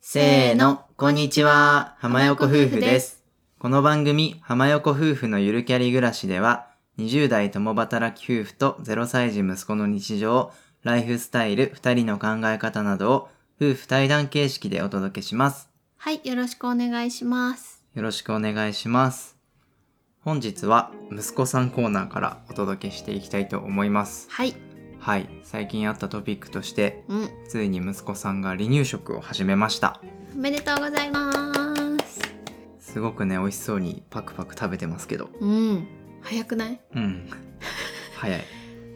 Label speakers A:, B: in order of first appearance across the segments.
A: せーの、こんにちは、浜横夫婦
B: 浜横夫婦
A: で。
B: です
A: この番組、浜横夫婦のゆるキャリ暮らしでは、20代共働き夫婦と0歳児息子の日常、ライフスタイル、2人の考え方などを、夫婦対談形式でお届けします。
B: はい、よろしくお願いします。
A: よろしくお願いします。本日は、息子さんコーナーからお届けしていきたいと思います。
B: はい、
A: はい、最近あったトピックとして、
B: うん、
A: ついに息子さんが離乳食を始めました。
B: おめでとうございます。
A: すごくね美味しそうにパクパク食べてますけど
B: うん、早くない？
A: うん早い
B: い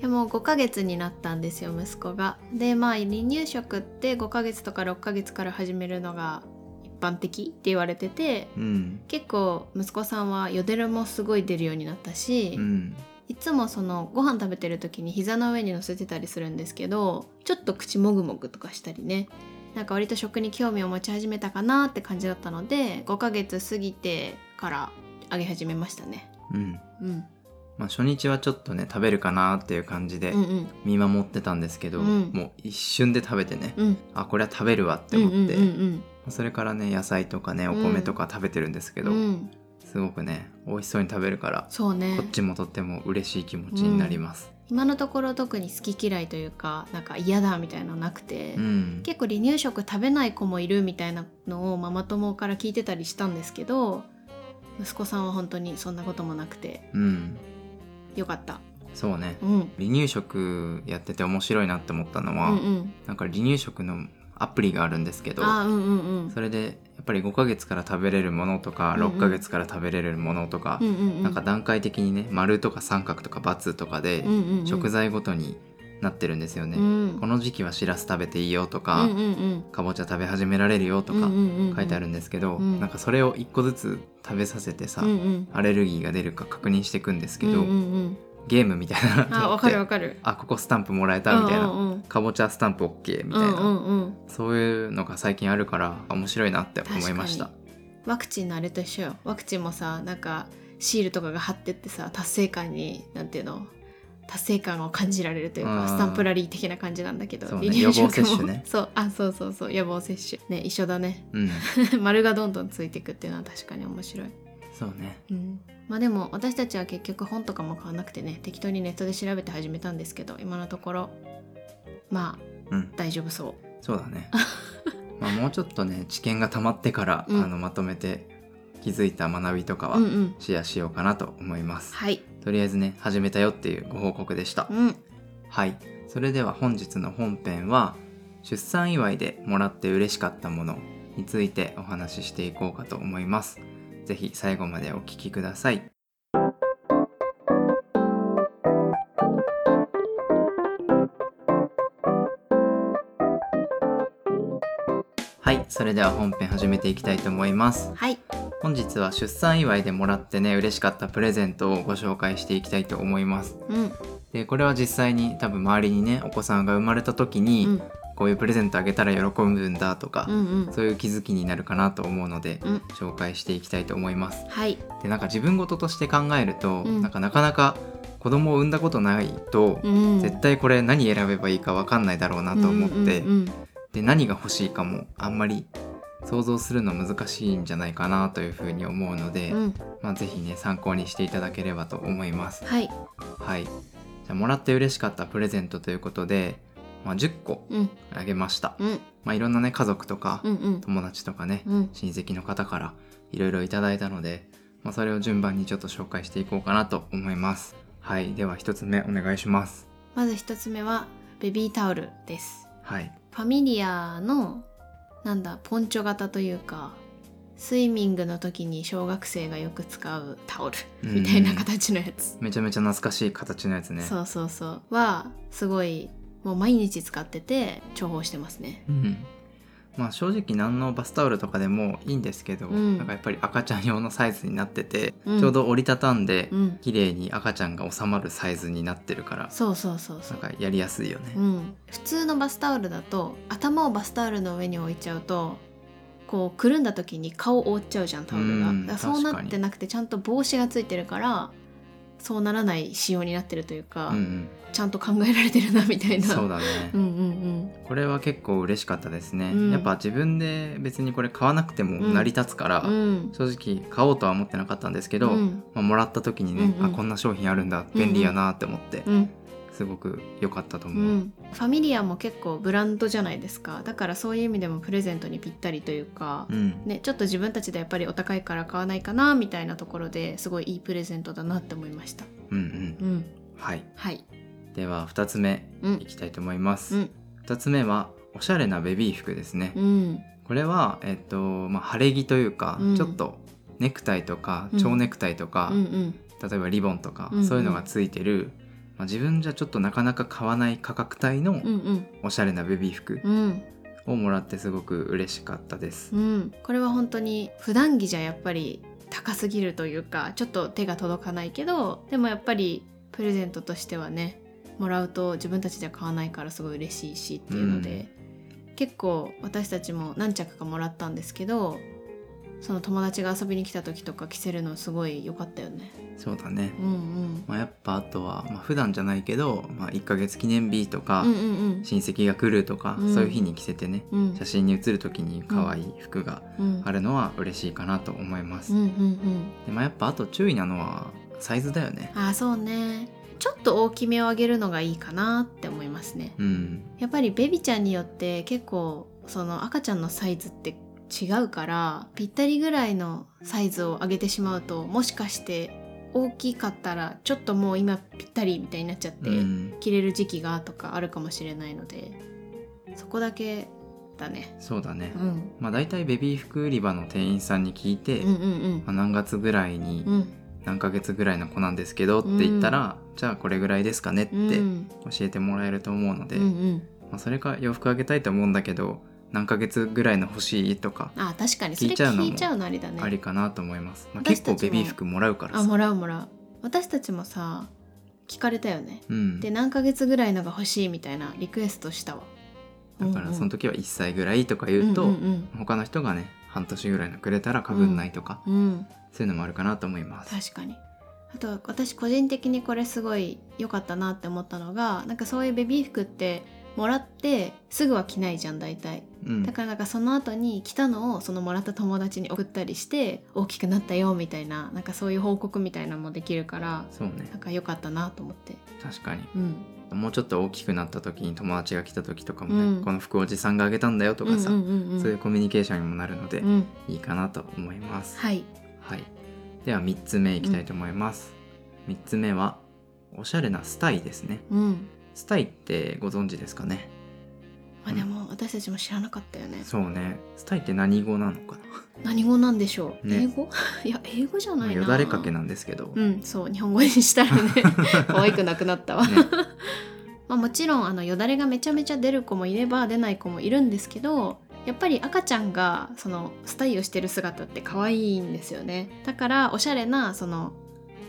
B: やもう5ヶ月になったんですよ息子が。で、まあ離乳食って5ヶ月とか6ヶ月から始めるのが一般的って言われてて。
A: うん
B: 結構息子さんはよでるもすごい出るようになったし、
A: うん
B: いつもそのご飯食べてる時に膝の上に乗せてたりするんですけどちょっと口もぐもぐとかしたりねなんか割と食に興味を持ち始めたかなって感じだったので5ヶ月過ぎてからあげ始めましたね、
A: うん
B: うん、
A: まあ初日はちょっとね食べるかなっていう感じで
B: うんうん
A: 見守ってたんですけど、
B: うん
A: もう一瞬で食べてね、
B: うん
A: あこれは食べるわって
B: うん
A: 思
B: う
A: って、
B: んうん
A: それからね野菜とかねお米とか食べてるんですけ
B: う
A: ど、
B: んうん
A: すごくね美味しそうに食べるから
B: そうね
A: こっちもとっても嬉しい気持ちになります
B: 今のところ特に好き嫌いというかなんか嫌だみたいなのなくて、
A: うん、
B: 結構離乳食食べない子もいるみたいなのをママ友から聞いてたりしたんですけど息子さんは本当にそんなこともなくて
A: うん、
B: よかった、
A: そうね
B: うん、
A: 離乳食やってて面白いなって思ったの
B: う
A: は、
B: んうん
A: なんか離乳食のアプリがあるんですけど
B: あーうんうんうん
A: それでやっぱり5ヶ月から食べれるものとか
B: うんうん
A: 6ヶ月から食べれるものとか
B: う、んうんうん
A: なんか段階的にね丸とか三角とか×とかで
B: うんうんうん
A: 食材ごとになってるんですよね。
B: うん
A: この時期はしらす食べていいよと
B: うん
A: か、
B: うんうん
A: かぼちゃ食べ始められるよとか
B: うんうんうん
A: 書いてあるんですけど、
B: うん
A: なんかそれを1個ずつ食べさせてさ、
B: うんうん
A: アレルギーが出るか確認していくんですけど、
B: うんうんうん
A: ゲームみたいだなと思って
B: あわかるわかる
A: あここスタンプもらえたみたいな、
B: うんうんうん
A: かぼちゃスタンプ OK みたいな、
B: うんうんうん
A: そういうのが最近あるから面白いなって思いました
B: 確ワクチンのあれと一緒よワクチンもさなんかシールとかが貼ってってさ達成感になんていうの達成感を感じられるという
A: あー
B: かスタンプラリー的な感じなんだけど、
A: そうね
B: 離乳食も
A: 予防接種ね
B: そうあそうそうそう予防接種ね一緒だね
A: うん
B: 丸がどんどんついてくっていうのは確かに面白い、
A: そうね
B: うん、まあでも私たちは結局本とかも買わなくてね適当にネットで調べて始めたんですけど今のところまあ
A: うん
B: 大丈夫そう
A: そうだ ねまあもうちょっとね知見が溜まってから、
B: うん
A: あのまとめて気づいた学びとかは
B: うんうん
A: シェアしようかなと思います、
B: はい
A: とりあえずね始めたよっていうご報告でした、
B: うん
A: はいそれでは本日の本編は出産祝いでもらって嬉しかったものについてお話ししていこうかと思いますぜひ最後までお聞きくださいはいそれでは本編始めていきたいと思います
B: はい
A: 本日は出産祝いでもらってね嬉しかったプレゼントをご紹介していきたいと思います
B: うん
A: でこれは実際に多分周りにねお子さんが生まれた時に、
B: うん
A: こういうプレゼントあげたら喜ぶんだとか
B: う、んうん
A: そういう気づきになるかなと思うので、
B: うん
A: 紹介していきたいと思います。
B: はい
A: でなんか自分事として考えると、
B: うん
A: なんかなかなか子供を産んだことないと、
B: うん
A: 絶対これ何選べばいいか分かんないだろうなと思って、
B: うんうんうん
A: で何が欲しいかもあんまり想像するの難しいんじゃないかなというふうに思うので、
B: うん、
A: まあ、ぜひね参考にしていただければと思います。
B: はい、
A: はい。じゃあもらって嬉しかったプレゼントということで、まあ、10個
B: うん、
A: あげました。
B: うん、
A: まあ、いろんなね家族とか
B: うん、うん、
A: 友達とかね、
B: うん、
A: 親戚の方からいろいろいただいたので、まあ、それを順番にちょっと紹介していこうかなと思います。はい。では1つ目お願いします。
B: まず一つ目はベビータオルです。
A: はい。
B: ファミリアのなんだポンチョ型というか。スイミングの時に小学生がよく使うタオル
A: うん
B: みたいな形のやつ、
A: めちゃめちゃ懐かしい形のやつね。
B: そうそうそうはすごいもう毎日使ってて重宝してますね
A: うん。まあ正直何のバスタオルとかでもいいんですけど、
B: うん
A: なんかやっぱり赤ちゃん用のサイズになってて、
B: うん
A: ちょうど折りたたんで、
B: うん
A: 綺麗に赤ちゃんが収まるサイズになってるから
B: そうそうそうそ
A: なん
B: う
A: かやりやすいよね、
B: うん、普通のバスタオルだと頭をバスタオルの上に置いちゃうとこうくるんだ時に顔を覆っちゃうじゃんタオルが、
A: うん
B: だからそう
A: 確
B: な
A: か
B: っ
A: に
B: てなくてちゃんと帽子がついてるからそうならない仕様になってるというか、
A: うん
B: ちゃんと考えられてるなみた
A: う
B: い
A: ん、
B: な
A: そうだね
B: う、んうん
A: これは結構嬉しかったですね、
B: うん
A: やっぱ自分で別にこれ買わなくても
B: うん
A: 成り立つから、
B: うんうん
A: 正直買おうとは思ってなかったんですけ
B: う
A: ど、
B: ん
A: まあ、もらった時にね、
B: うんうん
A: あこんな商品あるんだ便利やなって思って、
B: うん
A: すごく良かったと
B: う
A: 思う、
B: ん、ファミリアも結構ブランドじゃないですかだからそういう意味でもプレゼントにぴったりというか、
A: うん
B: ね、ちょっと自分たちでやっぱりお高いから買わないかなみたいなところですごいいいプレゼントだなって思いました。
A: うんうん
B: うん、
A: はい
B: はい、
A: では2つ目
B: うん
A: いきたいと思います、
B: うん
A: 2つ目はおしゃれなベビー服ですね、
B: うん
A: これは、えっとまあ、晴れ着というか、
B: うん
A: ちょっとネクタイとか
B: うん
A: 蝶ネクタイとか、
B: うんうん
A: 例えばリボンとか、
B: うんうん
A: そういうのがついてる、まあ、自分じゃちょっとなかなか買わない価格帯の
B: うんうん
A: おしゃれなベビー服
B: うん
A: をもらってすごく嬉しかったです。
B: うん、これは本当に普段着じゃやっぱり高すぎるというかちょっと手が届かないけどでもやっぱりプレゼントとしてはねもらうと自分たちでは買わないからすごい嬉しいしっていうので、結構私たちも何着かもらったんですけどその友達が遊びに来た時とか着せるのすごい良かったよね。
A: そうだね、
B: うんうん、
A: まあ、やっぱあとは、まあ、普段じゃないけど、まあ、1ヶ月記念日とか、
B: うんうん
A: 親戚が来るとか、
B: うん
A: そういう日に着せてね
B: うんうん
A: 写真に写る時に可愛い服が
B: うん
A: あるのは嬉しいかなと思います。
B: うんうんうん
A: でまあ、やっぱあと注意なのはサイズだよね。
B: あーそうねちょっと大きめをあげるのがいいかなって思いますね。
A: うん、
B: やっぱりベビちゃんによって結構その赤ちゃんのサイズって違うからぴったりぐらいのサイズを上げてしまうともしかして大きかったらちょっともう今ぴったりみたいになっちゃって、
A: うん、
B: 着れる時期がとかあるかもしれないのでそこだけだね、
A: そうだね
B: う。ん、
A: まあ、大体ベビー服売り場の店員さんに聞いて、
B: うんうん
A: まあ、何月ぐらいに
B: うん
A: 何ヶ月ぐらいの子なんですけどって言ったら、じゃあこれぐらいですかねって
B: うんうん
A: 教えてもらえると思うので、
B: うんうん
A: まあ、それか洋服あげたいと思うんだけど何ヶ月ぐらいの欲しいとか
B: あ確かにそれ
A: 聞いちゃうのも
B: 聞いちゃうのありだね
A: ありかなと思います、まあ、
B: 私
A: 結
B: たち
A: 構ベ
B: も
A: ビー服もらうから
B: あ
A: さ、
B: もらうもらう私たちもさ聞かれたよね
A: うん、
B: で
A: だ
B: 何ヶ月ぐらいのが欲しいみたいなリクエストしたわ
A: からその
B: 時
A: 時は1歳ぐらいとか言うと、
B: うんうん
A: 他の人がね半年ぐらいのくれたらかぶんないとか、
B: うん、うん
A: そういうのもあるかなと思います。
B: 確かにあと私個人的にこれすごい良かったなって思ったのがなんかそういうベビー服ってもらってすぐは着ないじゃん大体
A: うん
B: だからなんかその後に着たのをそのもらった友達に送ったりして大きくなったよみたいななんかそういう報告みたいなのもできるから
A: そうね
B: なんか良かったなと思って
A: 確かに
B: うん
A: もうちょっと大きくなった時に友達が来た時とかもね、
B: うん
A: この服おじさんがあげたんだよとかさ、
B: うんうんうんうん
A: そういうコミュニケーションにもなるので、
B: うん
A: いいかなと思います、
B: はい
A: はい、では3つ目いきたいと思います、三3つ目はおしゃれなスタイですね
B: うん
A: スタイってご存知ですかね
B: まあでも私たちも知らなかったよね
A: そうねスタイって何語なのかな
B: 何語なんでしょう、
A: ね
B: 英語 いや英語じゃ
A: ま
B: ない
A: あ
B: な
A: よだれかけなんですけど、
B: う
A: ね
B: んそう日本語にしたらね 可愛くなくなったわ、 まあ、もちろんあのよだれがめちゃめちゃ出る子もいれば出ない子もいるんですけどやっぱり赤ちゃんがそのスタイをしてる姿って可愛いんですよねだからおしゃれなその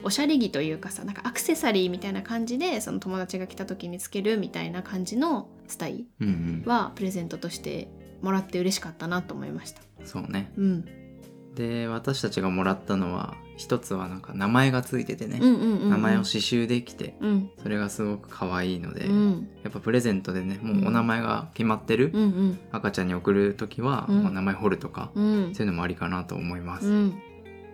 B: おしゃれ着というかさなんかアクセサリーみたいな感じでその友達が来た時につけるみたいな感じのスタイ
A: うんうん
B: はプレゼントとしてもらって嬉しかったなと思いました
A: そうね
B: うん
A: で私たちがもらったのは一つはなんか名前がついててね、
B: うんうんうんうん
A: 名前を刺繍できて
B: うん
A: それがすごく可愛いので、
B: うん
A: やっぱプレゼントでねもうお名前が決まってる、
B: うんうん
A: 赤ちゃんに送る時は、
B: うん
A: まあ名前彫るとか、
B: うん
A: そういうのもありかなと思います、
B: うん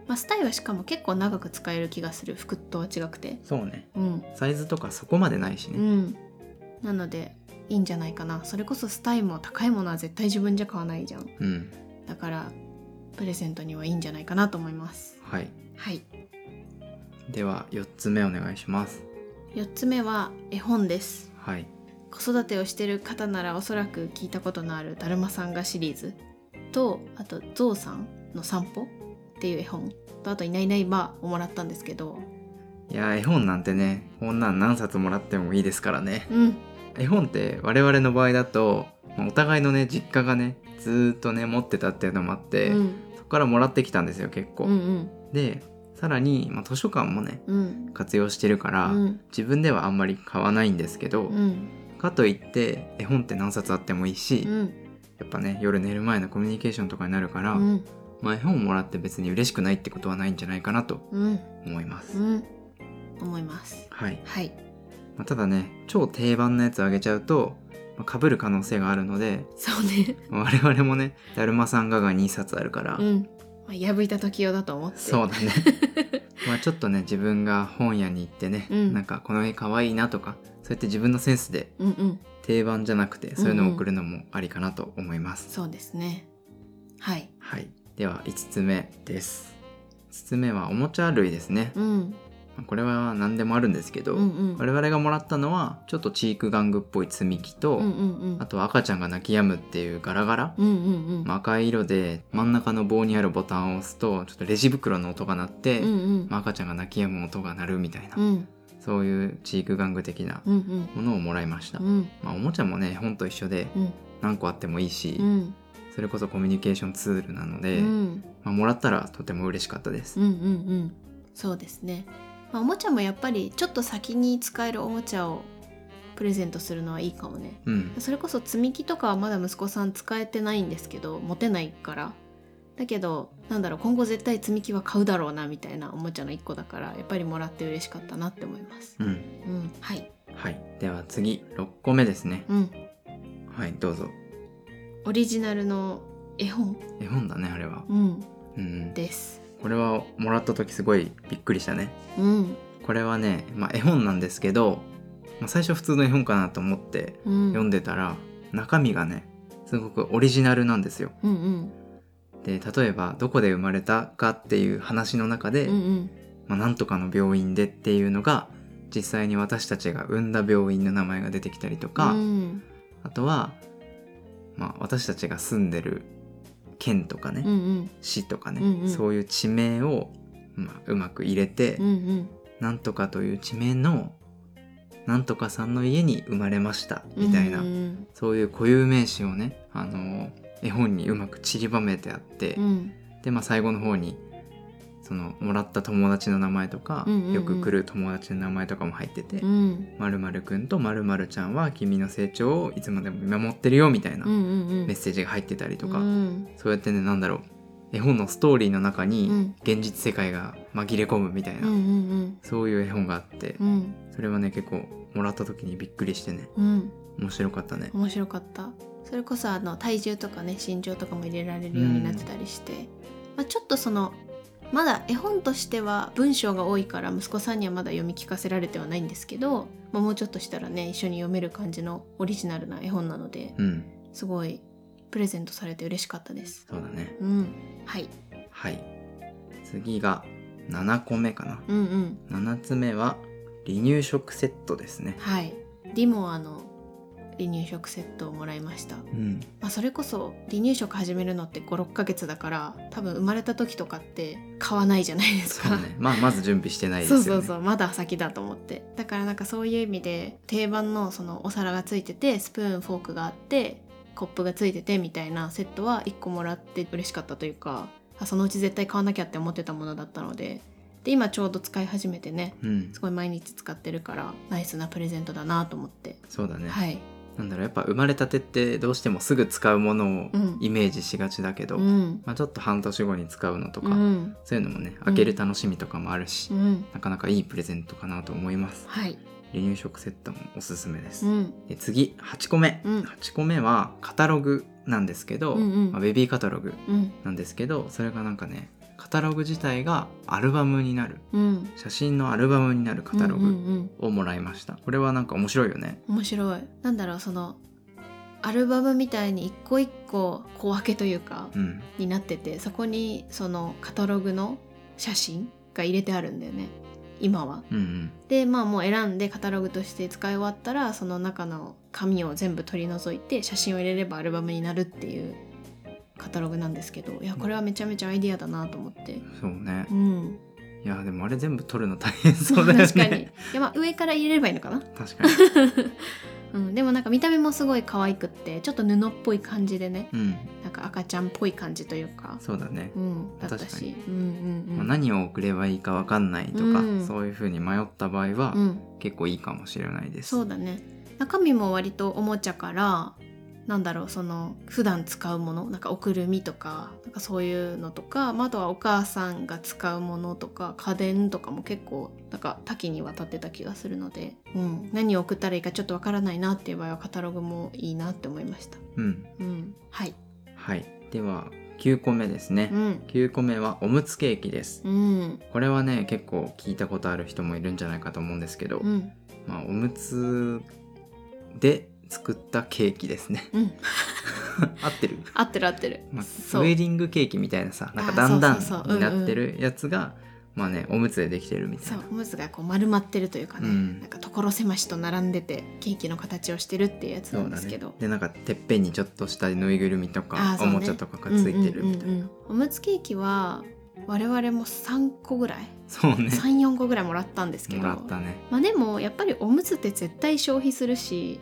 B: まあ、スタイはしかも結構長く使える気がする服とは違くて
A: そうね
B: うん
A: サイズとかそこまでないし
B: う
A: ね、
B: んなのでいいんじゃないかなそれこそスタイも高いものは絶対自分じゃ買わないじゃん
A: うん
B: だからプレゼントにはいいんじゃないかなと思います
A: はい
B: はい
A: では4つ目お願いします
B: 4つ目は絵本です
A: はい
B: 子育てをしてる方ならおそらく聞いたことのある「だるまさんが」シリーズとあと「ゾウさんの散歩」っていう絵本とあと「いないいないばあ」をもらったんですけど
A: いやー絵本なんてねこんなん何冊もらってもいいですからね
B: うん
A: 絵本って我々の場合だとまあお互いのね実家がねずーっとね持ってたっていうのもあって、
B: うん
A: そこからもらってきたんですよ結構、
B: うん
A: でさらに、まあ、図書館もね
B: うんうん
A: 活用してるから、
B: うん
A: 自分ではあんまり買わないんですけど、
B: うん
A: かといって絵本って何冊あってもいいし、
B: うん
A: やっぱね夜寝る前のコミュニケーションとかになるから、
B: うん
A: まあ、絵本をもらって別に嬉しくないってことはないんじゃないかなと
B: うん
A: 思います、
B: うん思います
A: はい。
B: はい
A: まあ、ただね、超定番のやつをあげちゃうと、まあ、被る可能性があるので、
B: そうね
A: まあ我々もね、だるまさんがが2冊あるから、
B: うん、まあ、破いた時用だと思って
A: そうだ ね。まあちょっとね、自分が本屋に行ってね、
B: うん
A: なんかこの絵可愛いなとか、そうやって自分のセンスで
B: うんうん
A: 定番じゃなくて、そういうのを送るのもありかなと思います。
B: そうですねはい
A: はい。では、5つ目です。5つ目はおもちゃ類ですね。
B: うん
A: まあこれは何でもあるんですけ
B: う
A: ど、
B: んうん
A: 我々がもらったのは、ちょっとチーク玩具っぽい積み木と、
B: うんうんうん
A: あとは赤ちゃんが泣き止むっていうガラガラ。
B: うんうんうん
A: まあ赤い色で真ん中の棒にあるボタンを押すとちょっとレジ袋の音が鳴って、
B: うんうん
A: まあ赤ちゃんが泣き止む音が鳴るみたいな、
B: うん
A: そういうチーク玩具的な
B: うんうん
A: ものをもらいました、
B: うん
A: まあ、おもちゃもね本と一緒で
B: うん
A: 何個あってもいいし、
B: うん
A: それこそコミュニケーションツールなので、
B: うん
A: まあ、もらったらとても嬉しかったです、
B: うんうんうんそうですね、まあ、おもちゃもやっぱりちょっと先に使えるおもちゃをプレゼントするのはいいかもね
A: うん
B: それこそ積み木とかはまだ息子さん使えてないんですけど持てないからだけどなんだろう今後絶対積み木は買うだろうなみたいなおもちゃの一個だからやっぱりもらって嬉しかったなって思います
A: うん
B: うんはい
A: はいでは次6個目ですね
B: うん
A: はいどうぞ
B: オリジナルの絵本、
A: 絵本だねあれは
B: うん、
A: うん
B: です
A: これはもらった時すごいびっくりしたね
B: うん
A: これはね、まあ、絵本なんですけど、まあ、最初普通の絵本かなと思って
B: うん
A: 読んでたら、中身がねすごくオリジナルなんですよ
B: うんうん
A: で例えばどこで生まれたかっていう話の中で、
B: うんうん
A: まあ、なんとかの病院でっていうのが実際に私たちが産んだ病院の名前が出てきたりとか、
B: うん
A: あとは、まあ、私たちが住んでる県とかね、
B: うんうん
A: 市とかね、
B: うんうん
A: そういう地名を、まあ、うまく入れて、
B: うんうん
A: なんとかという地名のなんとかさんの家に生まれましたみたいな、
B: うん
A: そういう固有名詞をねあの絵本にうまく散りばめてあって、
B: うん
A: で、まあ、最後の方にそのもらった友達の名前とか、
B: うんうんうん
A: よく来る友達の名前とかも入ってて
B: うんうん
A: 「まるまるくんとまるまるちゃんは君の成長をいつまでも見守ってるよ」みたいな
B: う
A: メ
B: んうん
A: ッセージが入ってたりとか、
B: うん
A: そうやってねなんだろう絵本のストーリーの中
B: う
A: に
B: ん
A: 現実世界が紛れ込むみたい
B: うんう
A: な、
B: ん
A: そういう絵本があって
B: うんうん
A: それはね結構もらった時にびっくりしてね
B: うん
A: 面白かったね
B: 面白かったそれこそあの体重とかね身長とかも入れられるようになってたりして、まあ、ちょっとそのまだ絵本としては文章が多いから息子さんにはまだ読み聞かせられてはないんですけど、まあ、もうちょっとしたらね一緒に読める感じのオリジナルな絵本なので
A: うん
B: すごいプレゼントされて嬉しかったです。
A: そうだね
B: うん、はい、
A: はい次が7個目かな
B: うんうん、
A: 7つ目は離乳食セットですね
B: はい。リモアの離乳食セットをもらいました。
A: うん
B: まあ、それこそ離乳食始めるのって56ヶ月だから多分生まれた時とかって買わないじゃないで
A: そ
B: すか
A: う ねまあまず準備してないです
B: そ
A: よ
B: う
A: ね
B: そうそうまだ先だと思ってだからなんかそういう意味で定番のそのお皿がついててスプーンフォークがあってコップがついててみたいなセットは1個もらって嬉しかったというかあそのうち絶対買わなきゃって思ってたものだったのでで今ちょうど使い始めてね
A: うん
B: すごい毎日使ってるからナイスなプレゼントだなと思って
A: そうだね、
B: はい
A: なんだろうやっぱ生まれたてってどうしてもすぐ使うものを
B: うん
A: イメージしがちだけど、
B: うん
A: まあ、ちょっと半年後に使うのと
B: う
A: か、
B: ん
A: そういうのもね開ける楽しみとかもあるし、
B: うん
A: なかなかいいプレゼントかなと思います
B: はい
A: 離乳食セットもおすすめです、
B: うん
A: で次8個目、
B: うん
A: 8個目はカタログなんですけど、
B: うんうん
A: まあベビーカタログ
B: うん
A: なんですけどそれがなんかねカタログ自体がアルバムになる
B: うん
A: 写真のアルバムになるカタロ
B: うんうん
A: グ
B: うん
A: をもらいました、これはなんか面白いよね
B: 面白いなんだろうそのアルバムみたいに一個一個小分けというか、
A: うん
B: になっててそこにそのカタログの写真が入れてあるんだよね今は。
A: うんうん
B: でまあもう選んでカタログとして使い終わったらその中の紙を全部取り除いて写真を入れればアルバムになるっていうカタログなんですけどいやこれはめちゃめちゃアイディアだなと思って。
A: そうね
B: うん、
A: いやでもあれ全部撮るの大変そうだよね
B: 確かにいや、まあ、上から入れればいいのかな
A: 確かに
B: うん、でもなんか見た目もすごい可愛くってちょっと布っぽい感じでね
A: うん
B: なんか赤ちゃんっぽい感じというか、
A: そうだね
B: う、ん、だった
A: 確か
B: し
A: に、
B: うんうんうん
A: まあ、何を送ればいいかわかんないとか、
B: うん
A: そういう風に迷った場合は、
B: うん、
A: 結構いいかもしれないです
B: そうだね中身も割とおもちゃからなんだろうその普段使うものなんかおくるみとかなんかそういうのとか、まあ、あとはお母さんが使うものとか家電とかも結構なんか多岐にわたってた気がするので、うん、何を送ったらいいかちょっとわからないなっていう場合はカタログもいいなって思いました。
A: うん。
B: うん、はい、
A: はい。では、9個目ですね
B: う。ん
A: 9個目はおむつケーキです。
B: うん
A: これはね、結構聞いたことある人もいるんじゃないかと思うんですけど
B: う、ん
A: まあ、おむつで作ったケーキですね。
B: うん、
A: 合ってる
B: 合ってる合ってる。
A: まあ、
B: そう
A: ウェディングケーキみたいなさなんか
B: あ
A: 段
B: ー
A: 々
B: そうそうそう
A: になってるやつがまあねおむつでできてるみた
B: そ
A: いうな
B: おむつがこう丸まってるというかね、
A: うん
B: なんか所狭しと並んでてケーキの形をしてるっていうやつなん
A: だ
B: ですけど、
A: でなんかてっぺんにちょっとしたぬいぐるみと
B: あ
A: か、
B: ーそ
A: お
B: うね
A: もちゃとかがついてるみたいな、
B: うんうんうんうんおむつケーキは我々も3個ぐらい
A: そうね
B: 34個ぐらいもらったんですけど
A: もらったね
B: まあ、でもやっぱりおむつって絶対消費するし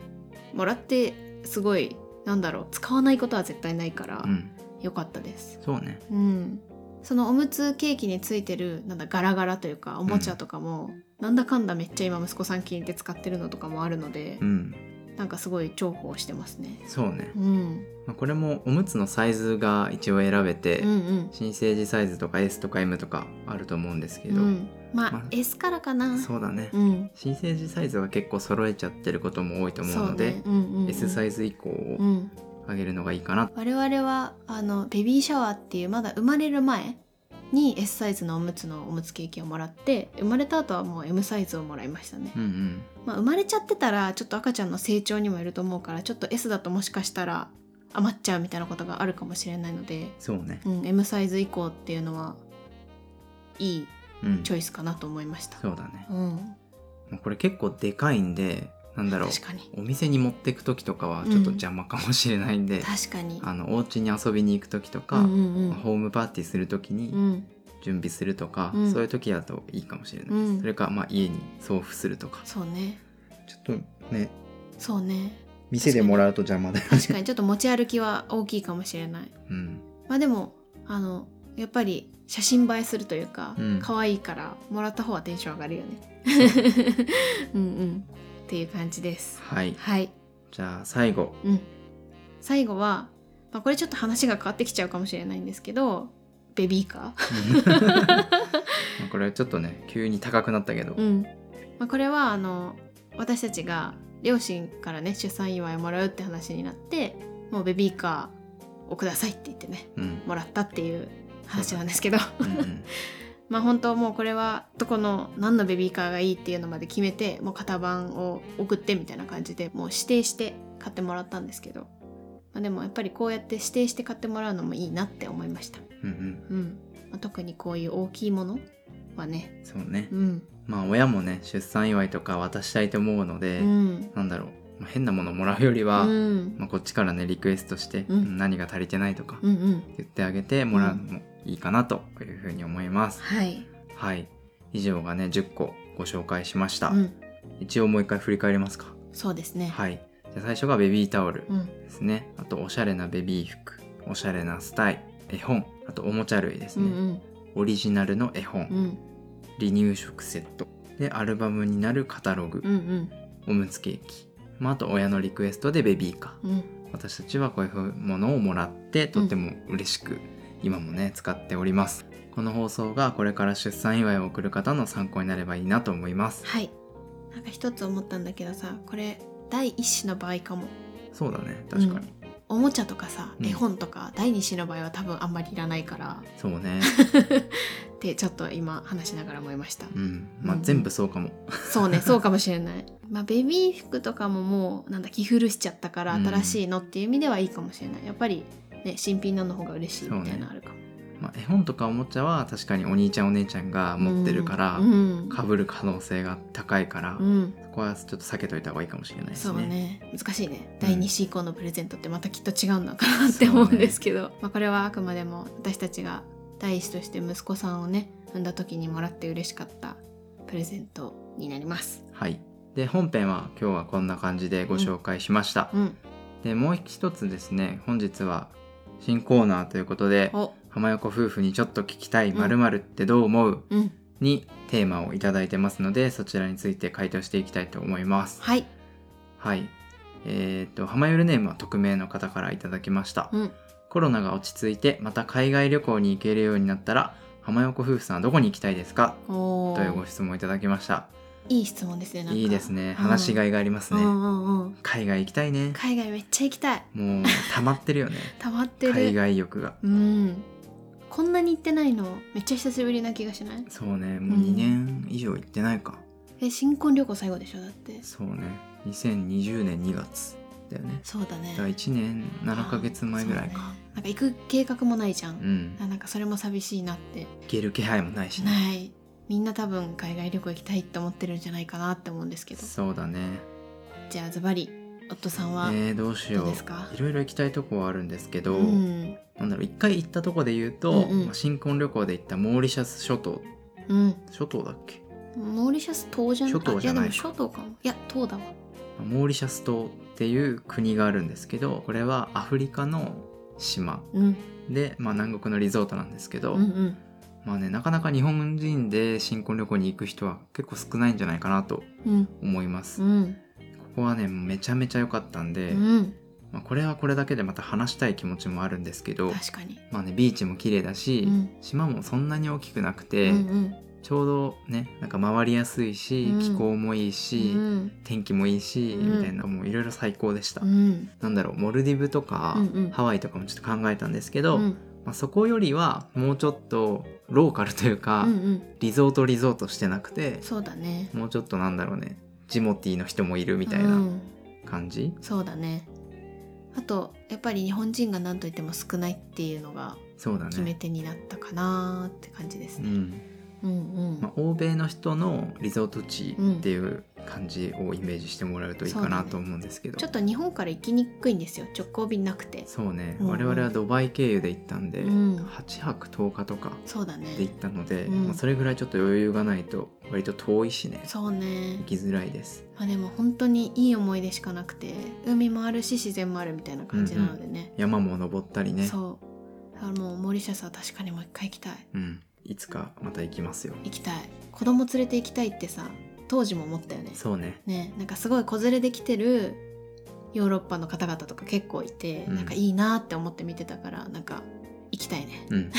B: もらってすごいなんだろう使わないことは絶対ないから、
A: うん
B: よかったです。
A: そうね
B: うんそのおむつケーキについてるなんだガラガラというかおもちゃとかも、なんだかんだめっちゃ今息子さん気に入って使ってるのとかもあるので
A: う、ん
B: なんかすごい重宝してますね。
A: そうね
B: う、ん、
A: まあ、これもおむつのサイズが一応選べて、
B: うんうん
A: 新生児サイズとか S とか M とかあると思うんですけ
B: う
A: ど、
B: ん、まあ、
A: まあ
B: S からかな
A: そうだね、
B: うん、
A: 新生児サイズは結構揃えちゃってることも多いと思うので
B: そうねうんうんうん
A: S サイズ以降
B: う
A: を
B: ん、
A: 上げるのがいいかな
B: 我々はあのベビーシャワーっていうまだ生まれる前に S サイズのおむつのおむつケーキをもらって生まれた後はもう M サイズをもらいましたね、
A: うんうん
B: まあ、生まれちゃってたらちょっと赤ちゃんの成長にもよると思うからちょっと S だともしかしたら余っちゃうみたいなことがあるかもしれないので、
A: そうね
B: うん、M サイズ以降っていうのはいい
A: うん
B: チョイスかなと思いました
A: そうだね
B: うん、
A: まあこれ結構でかいんでなんだろう
B: 確かに
A: お店に持ってく時とかはちょっと邪魔かもしれないんで、
B: 確かに
A: あのお家に遊びに行く時とか、
B: うんうん
A: ホームパーティーする時
B: う
A: に
B: ん、うん、
A: 準備するとか、
B: うん
A: そういう時だといいかもしれないです、
B: うん
A: それかまあ家に送付するとか
B: そうね
A: ちょっとね
B: そうね
A: 店でもらうと邪魔だよね
B: 確かにちょっと持ち歩きは大きいかもしれない
A: うん
B: まあでもあのやっぱり写真映えするというか、
A: うん
B: 可愛いからもらった方はテンション上がるよね。 うんうんっていう感じです。
A: はい
B: はい、
A: じゃあ最 後
B: うん、最後は、まあ、これちょっと話が変わってきちゃうかもしれないんですけどベビーカ ー、
A: これちょっとね急に高くなったけど、
B: うんまあ、これはあの私たちが両親からね出産祝いをもらうって話になってもうベビーカーをくださいって言ってね
A: うん
B: もらったっていう話なんですけど。
A: うんうん
B: まあ本当もうこれはどこの何のベビーカーがいいっていうのまで決めてもう型番を送ってみたいな感じでもう指定して買ってもらったんですけど、まあ、でもやっぱりこうやって指定して買ってもらうのもいいなって思いました、
A: うん
B: うんまあ、特にこういう大きいものは
A: う
B: ね
A: んそうね
B: うん、
A: まあ親もね出産祝いとか渡したいと思うので、
B: うん
A: なんだろう、まあ変なものもらうよりは、
B: うん
A: まあこっちからねリクエストして、
B: うん
A: うん何が足りてないとか
B: うんうん
A: 言ってあげてもらうのもいいかなというふうに思います、
B: はい、
A: はい以上がね10個ご紹介しました、
B: うん、
A: 一応もう一回振り返りますか
B: そうですね、
A: はいじゃあ最初がベビータオル
B: うん
A: ですね、あとおしゃれなベビー服おしゃれなスタイ絵本あとおもちゃ類です
B: う
A: ね、
B: ん
A: オリジナルの絵本、
B: うんうん
A: 離乳食セットでアルバムになるカタログ、
B: うんうん
A: おむつケーキ、まあ、あと親のリクエストでベビーカー
B: うん
A: 私たちはこういうものをもらってとっても嬉しく今もね使っておりますこの放送がこれから出産祝いを送る方の参考になればいいなと思います
B: はいなんか一つ思ったんだけどさこれ第一子の場合かも
A: そうだね確かに、
B: おもちゃとかさ
A: うん
B: 絵本とか第二子の場合は多分あんまりいらない から
A: そう ね
B: ってちょっと今話しながら思いました
A: うんまあ
B: うん
A: 全部そうかも
B: そうねそうかもしれないまあベビー服とかももうなんだ着古しちゃったから
A: うん
B: 新しいのっていう意味ではいいかもしれないやっぱりね新品なの方が嬉しいみたいなのあるかも、
A: まあ、絵本とかおもちゃは確かにお兄ちゃんお姉ちゃんが持ってるから
B: うん、
A: 被る可能性が高いから、
B: うん
A: そこはちょっと避けといた方がいいかもしれないです
B: そう
A: ね
B: ね難しいね、
A: うん
B: 第2子以降のプレゼントってまたきっと違うんだかなって思うんですけど、まあ、これはあくまでも私たちが第一子として息子さんをね産んだ時にもらって嬉しかったプレゼントになります。
A: はいで本編は今日はこんな感じでご紹介しました、
B: うん、
A: でもう一つですね本日は新コーナーということで
B: お、
A: 浜横夫婦にちょっと聞きたい
B: うん
A: 〇〇ってどう思う
B: うん、
A: にテーマをいただいてますのでそちらについて回答していきたいと思います
B: はい、
A: はいえーっと浜ゆるネームは匿名の方からいただきました、
B: うん
A: コロナが落ち着いてまた海外旅行に行けるようになったら浜横夫婦さんはどこに行きたいですか
B: お
A: という
B: ー
A: ご質問いただきました
B: いい質問ですねなんか
A: いいですね
B: うん
A: 話しがいがあります
B: う
A: ね、
B: んうんうん
A: 海外行きたいね
B: 海外めっちゃ行きたい
A: もう溜まってるよね
B: 溜まってる
A: 海外欲が
B: うんこんなに行ってないのめっちゃ久しぶりな気がしない
A: そうねもう
B: うん
A: 2年以上行ってないか、
B: え新婚旅行最後でしょだって
A: そうね2020年2月だよね
B: そうだね
A: だから1年7ヶ月前ぐらい
B: そう
A: か
B: だねなんか行く計画もないじゃ、
A: うんん
B: あなんかそれも寂しいなって
A: 行ける気配もないしね
B: ないみんな多分海外旅行行きたいって思ってるんじゃないかなって思うんですけど
A: そうだね
B: じゃあズバリ夫さんは、
A: えー、どうしよ
B: どう
A: う
B: ですか
A: いろいろ行きたいとこはあるんですけど、
B: うん
A: なんだろう一回行ったとこで言うと、
B: うんうん
A: まあ新婚旅行で行ったモーリシャス諸島
B: うん
A: 諸島だっけ
B: モーリシャス島じゃない
A: 諸島じゃない
B: やでも諸島かもいや島だわ
A: モーリシャス島っていう国があるんですけどこれはアフリカの島
B: うん
A: で、まあ、南国のリゾートなんですけど、
B: うんうん
A: まあねなかなか日本人で新婚旅行に行く人は結構少ないんじゃないかなと
B: うん
A: 思います、
B: う
A: こ
B: ん
A: こはねめちゃめちゃ良かったんで、
B: うん
A: まあ、これはこれだけでまた話したい気持ちもあるんですけど
B: 確かに
A: まあねビーチも綺麗だし、
B: うん
A: 島もそんなに大きくなくて、
B: うんうん
A: ちょうどねなんか回りやすいし、
B: うん
A: 気候もいいし、
B: うん
A: 天気もいいし、
B: うん
A: みたいなもういろいろ最高でした、
B: うん
A: なんだろうモルディブとか、
B: うんうん
A: ハワイとかもちょっと考えたんですけど、
B: うん
A: まあ、そこよりはもうちょっとローカルというか、
B: うんうん
A: リゾートリゾートしてなくて
B: そうだね
A: もうちょっとなんだろうねジモティーの人もいるみたいうなん感じ、
B: そうだねあとやっぱり日本人が何と言っても少ないっていうのが
A: そうだ
B: 決め
A: ね、
B: 手になったかなって感じです
A: う
B: ね、
A: ん
B: うんうん
A: まあ、欧米の人のリゾート地っていう感じをイメージしてもらうといいかなと思うんですけど、
B: ちょっと日本から行きにくいんですよ直行便なくて
A: そうね、
B: うんうん
A: 我々はドバイ経由で行ったんで、
B: うん
A: 8泊10日とか
B: そうだね
A: で行ったので、
B: うん
A: まあ、それぐらいちょっと余裕がないと割と遠いしね
B: そうね
A: 行きづらいです
B: まあでも本当にいい思い出しかなくて海もあるし自然もあるみたいな感じなのでね、
A: 山も登ったりね
B: そうだからもうモーリシャスは確かにもう一回行きたい
A: うん、いつかまた行きますよ
B: 行きたい子供連れて行きたいってさ当時も思ったよね
A: そうね
B: ねなんかすごい子連れで来てるヨーロッパの方々とか結構いて、
A: うん
B: なんかいいなって思って見てたからなんか行きたいね
A: うん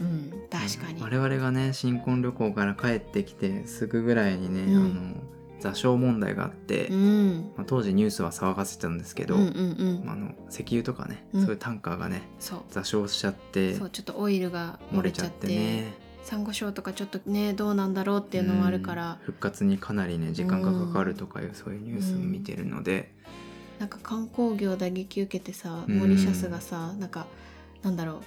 B: うん確かに、
A: 我々がね新婚旅行から帰ってきてすぐぐらいにね、
B: うん
A: あの座礁問題があって、
B: うん
A: まあ、当時ニュースは騒がせてたんですけど、
B: うんうんうん
A: まああの石油とかね、
B: うん
A: そういうタンカーがね
B: そう
A: 座礁しちゃって
B: そうちょっとオイルが
A: 漏
B: 漏
A: れ
B: れ
A: ち
B: ち
A: ゃ
B: ゃ
A: っ
B: ってて
A: ね
B: サンゴ礁とかちょっとねどうなんだろうっていうのもあるか
A: うん
B: ら、
A: 復活にかなりね時間がかかるとかいう、そういうニュースを見てるので、
B: なんか観光業打撃受けてさ
A: うん
B: モーリシャスがさ、なんかなんだろう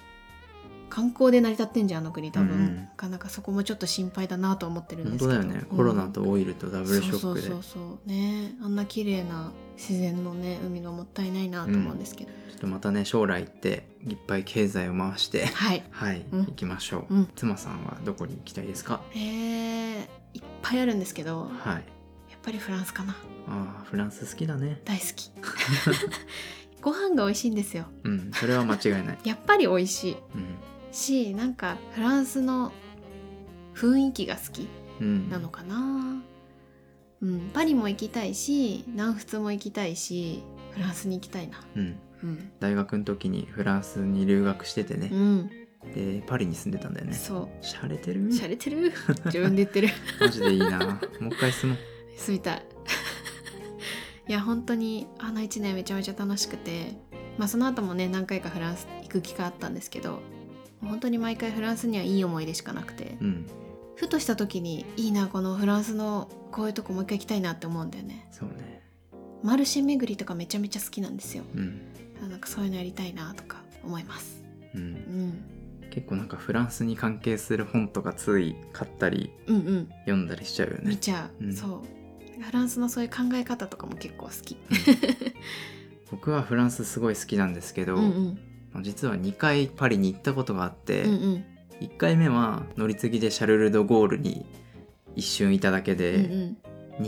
B: 観光で成り立ってんじゃんあの国多分、
A: うんうん
B: なかなかそこもちょっと心配だなと思ってるんで
A: 本
B: すけ
A: 当
B: ど
A: だよね、コロナとオイルとダ
B: ダ
A: ブルショックで
B: そうそうそうそうねあんな綺麗な自然のね海がもったいないなと思うんですけど、
A: ちょっとまたね将来行っていっぱい経済を回して
B: はい
A: はい、
B: うん
A: 行きましょう、
B: うん
A: 妻さんはどこに行きたいですか
B: えー、いっぱいあるんですけどや
A: はい
B: っぱりフランスかな
A: あーフランス好きだね
B: 大好 きご飯が美味しいんですよ
A: うんそれは間違いない
B: やっぱり美味し
A: うん、
B: いしなんかフランスの雰囲気が好き
A: うん、
B: なのかなうんパリも行きたいし南仏も行きたいしフランスに行きたいな
A: うん
B: うん、
A: 大学の時にフランスに留学しててね
B: う、ん
A: でパリに住んでたんだよね
B: そ
A: しゃれてる
B: うしゃれてる 自分で言ってる
A: マジでいいなもう一回住もう
B: 住みたい いや本当にあの1年めちゃめちゃ楽しくてまあその後もね何回かフランス行く機会あったんですけど本当に毎回フランスにはいい思い出しかなくて
A: うん
B: ふとした時にいいなこのフランスのこういうとこもう一回行きたいなって思うんだよね
A: そうね
B: マルシェ巡りとかめちゃめちゃ好きなんですよ
A: うん、
B: あなんかそういうのやりたいなとか思います
A: う、
B: うんん
A: 結構なんかフランスに関係する本とかつい買ったり
B: うんうん
A: 読んだりしちゃうよ
B: 見
A: ね
B: ちゃう、
A: うん
B: そうフランスのそういう考え方とかも結構好き
A: 僕はフランスすごい好きなんですけど、
B: うんうん
A: 実は2回パリに行ったことがあって、
B: うんうん
A: 1回目は乗り継ぎでシャルル・ド・ゴールに一瞬いただけで、
B: うんうん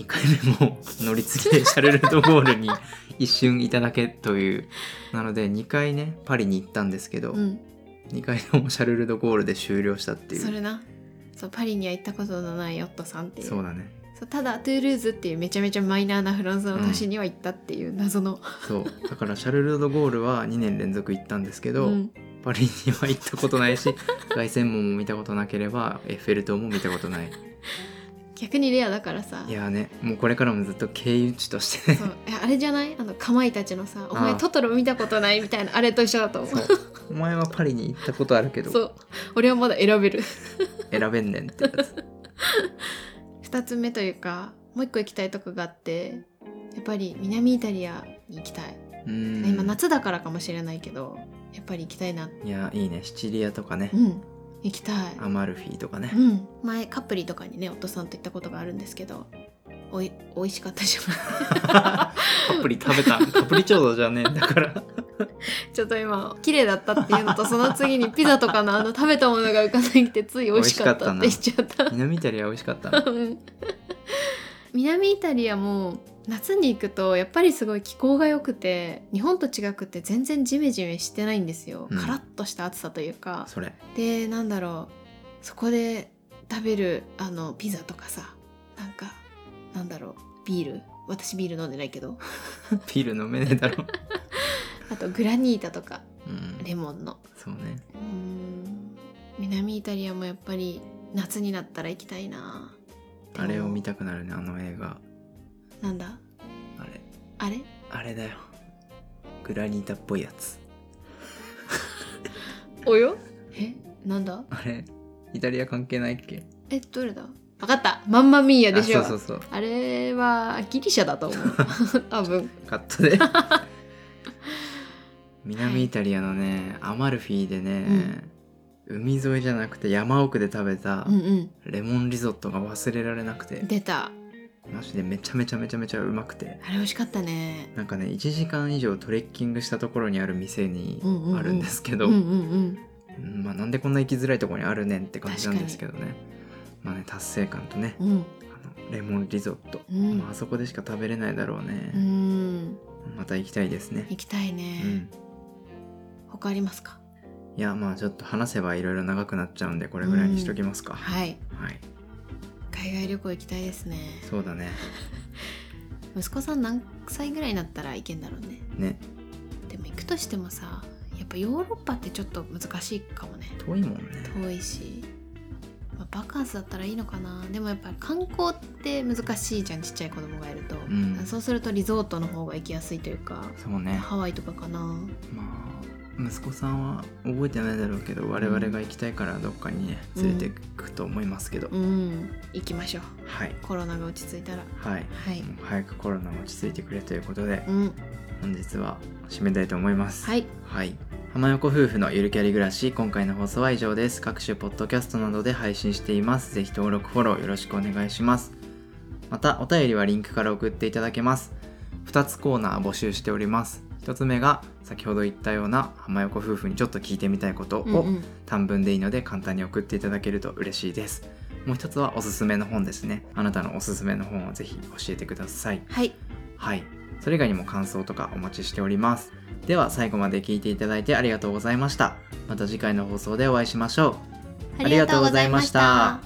A: 2回目も 乗り継ぎでシャルル・ド・ゴールに一瞬いただけというなので2回ねパリに行ったんですけど、
B: うん
A: 2回ともシャルル・ド・ゴールで終了したっていう
B: それなそうパリには行ったことのないヨットさんっていう
A: そうだね
B: そうただトゥールーズっていうめちゃめちゃマイナーなフランスの都市には行ったっていう謎の、
A: そうだからシャルル・ド・ゴールは2年連続行ったんですけど、
B: うん
A: パリには行ったことないし凱旋門も見たことなければエッフェル塔も見たことない
B: 逆にレアだからさ
A: いやーねもうこれからもずっと経由地としてね
B: そうえあれじゃないあのかまいたちのさ「お前
A: ああ
B: トトロ見たことない」みたいなあれと一緒だと思う
A: そうお前はパリに行ったことあるけ
B: そ
A: ど
B: う俺はまだ選べる
A: 選べんねんってやつ
B: 2つ目というかもう一個行きたいとこがあってやっぱり南イタリアに行きたい、
A: うん
B: 今夏だからかもしれないけどやっぱり行きたいない
A: やいいねシチリアとかね
B: うん行きたい
A: アマルフィとかね
B: うん前カプリとかにね夫さんと行ったことがあるんですけどおい美味しかったじゃ
A: カプリ食べたカプリチョードじゃねえんだから
B: ん ちょっと今綺麗だったっていうのとその次にピザとかのあの食べたものが浮かんできてつい美味しかっ
A: 美
B: たって言
A: 味
B: っちゃった
A: 南イタリア美味しかったな
B: うん南イタリアも夏に行くとやっぱりすごい気候が良くて日本と違くて全然ジメジメしてないんですよ、
A: うん
B: カラッとした暑さというか
A: それ
B: でなんだろうそこで食べるあのピザとかさなんかなんだろうビール私ビール飲んでないけど
A: ビール飲めねえだろ
B: あとグラニータとか
A: うん
B: レモンの
A: そうね
B: うーん南イタリアもやっぱり夏になったら行きたいな
A: あれを見
B: た
A: たくなるねあの映画
B: なんだ
A: あれ
B: あれ
A: あれだよグラニータっぽいやつ
B: およえなんだ
A: あれイタリア関係ないっけ
B: えどれだわかったマンマミーヤで
A: あ
B: しょ
A: そ
B: あ
A: うそうそう
B: れはギリシャだと 思う多分
A: カット で南イタリアのねアマルフィでね、海沿いじゃなくて山奥で食べた
B: うん
A: レモンリゾットが忘れられなくて
B: うん出た
A: マジでめちゃめちゃめちゃめちゃうまくて
B: あれ美味しかったね
A: なんかね1時間以上トレッキングしたところにある店に
B: うんうんうん
A: あるんですけ
B: う
A: ど、
B: んうんうん
A: うんまあ、なんでこんな行きづらいところにあるねんって感じなんですけどねまあね達成感とね
B: うん
A: あのレモンリゾット、
B: うん
A: まああそこでしか食べれないだろう
B: う
A: ね、
B: ん
A: また行きたいですね
B: 行きたいね、
A: うん
B: 他ありますか
A: いやまあちょっと話せばいろいろ長くなっちゃうんでこれぐらいにしときますか、
B: はい
A: はい
B: 海外旅行行きたいですね
A: そうだね
B: 息子さん何歳ぐらいになったら行けんだろうね
A: ね
B: でも行くとしてもさやっぱヨーロッパってちょっと難しいかもね
A: 遠いもんね
B: 遠いし、まあ、バカンスだったらいいのかなでもやっぱり観光って難しいじゃんちっちゃい子供がいると、
A: ん
B: そうするとリゾートの方が行きやすいというか
A: そうね
B: ハワイとかかな
A: まあ息子さんは覚えてないだろうけど我々が行きたいからどっかにね
B: うん
A: 連れてくと思いますけど、
B: うん行きましょう
A: はい
B: コロナが落ち着いたら
A: はい
B: はい
A: もう早くコロナも落ち着いてくれということで
B: うん
A: 本日は締めたいと思います
B: はい
A: はい。浜横夫婦のゆるキャリ暮らし、今回の放送は以上です。各種ポッドキャストなどで配信しています。ぜひ登録、フォローよろしくお願いします。また、お便りはリンクから送っていただけます。2つコーナー募集しております。1つ目が、先ほど言ったような浜横夫婦にちょっと聞いてみたいことを、
B: うんうん
A: 短文でいいので簡単に送っていただけると嬉しいです。もう一つはおすすめの本ですね。あなたのおすすめの本をぜひ教えてください。
B: はい
A: はい。それ以外にも感想とかお待ちしております。では最後まで聞いていただいてありがとうございました。また次回の放送でお会いしましょう。ありがとうございました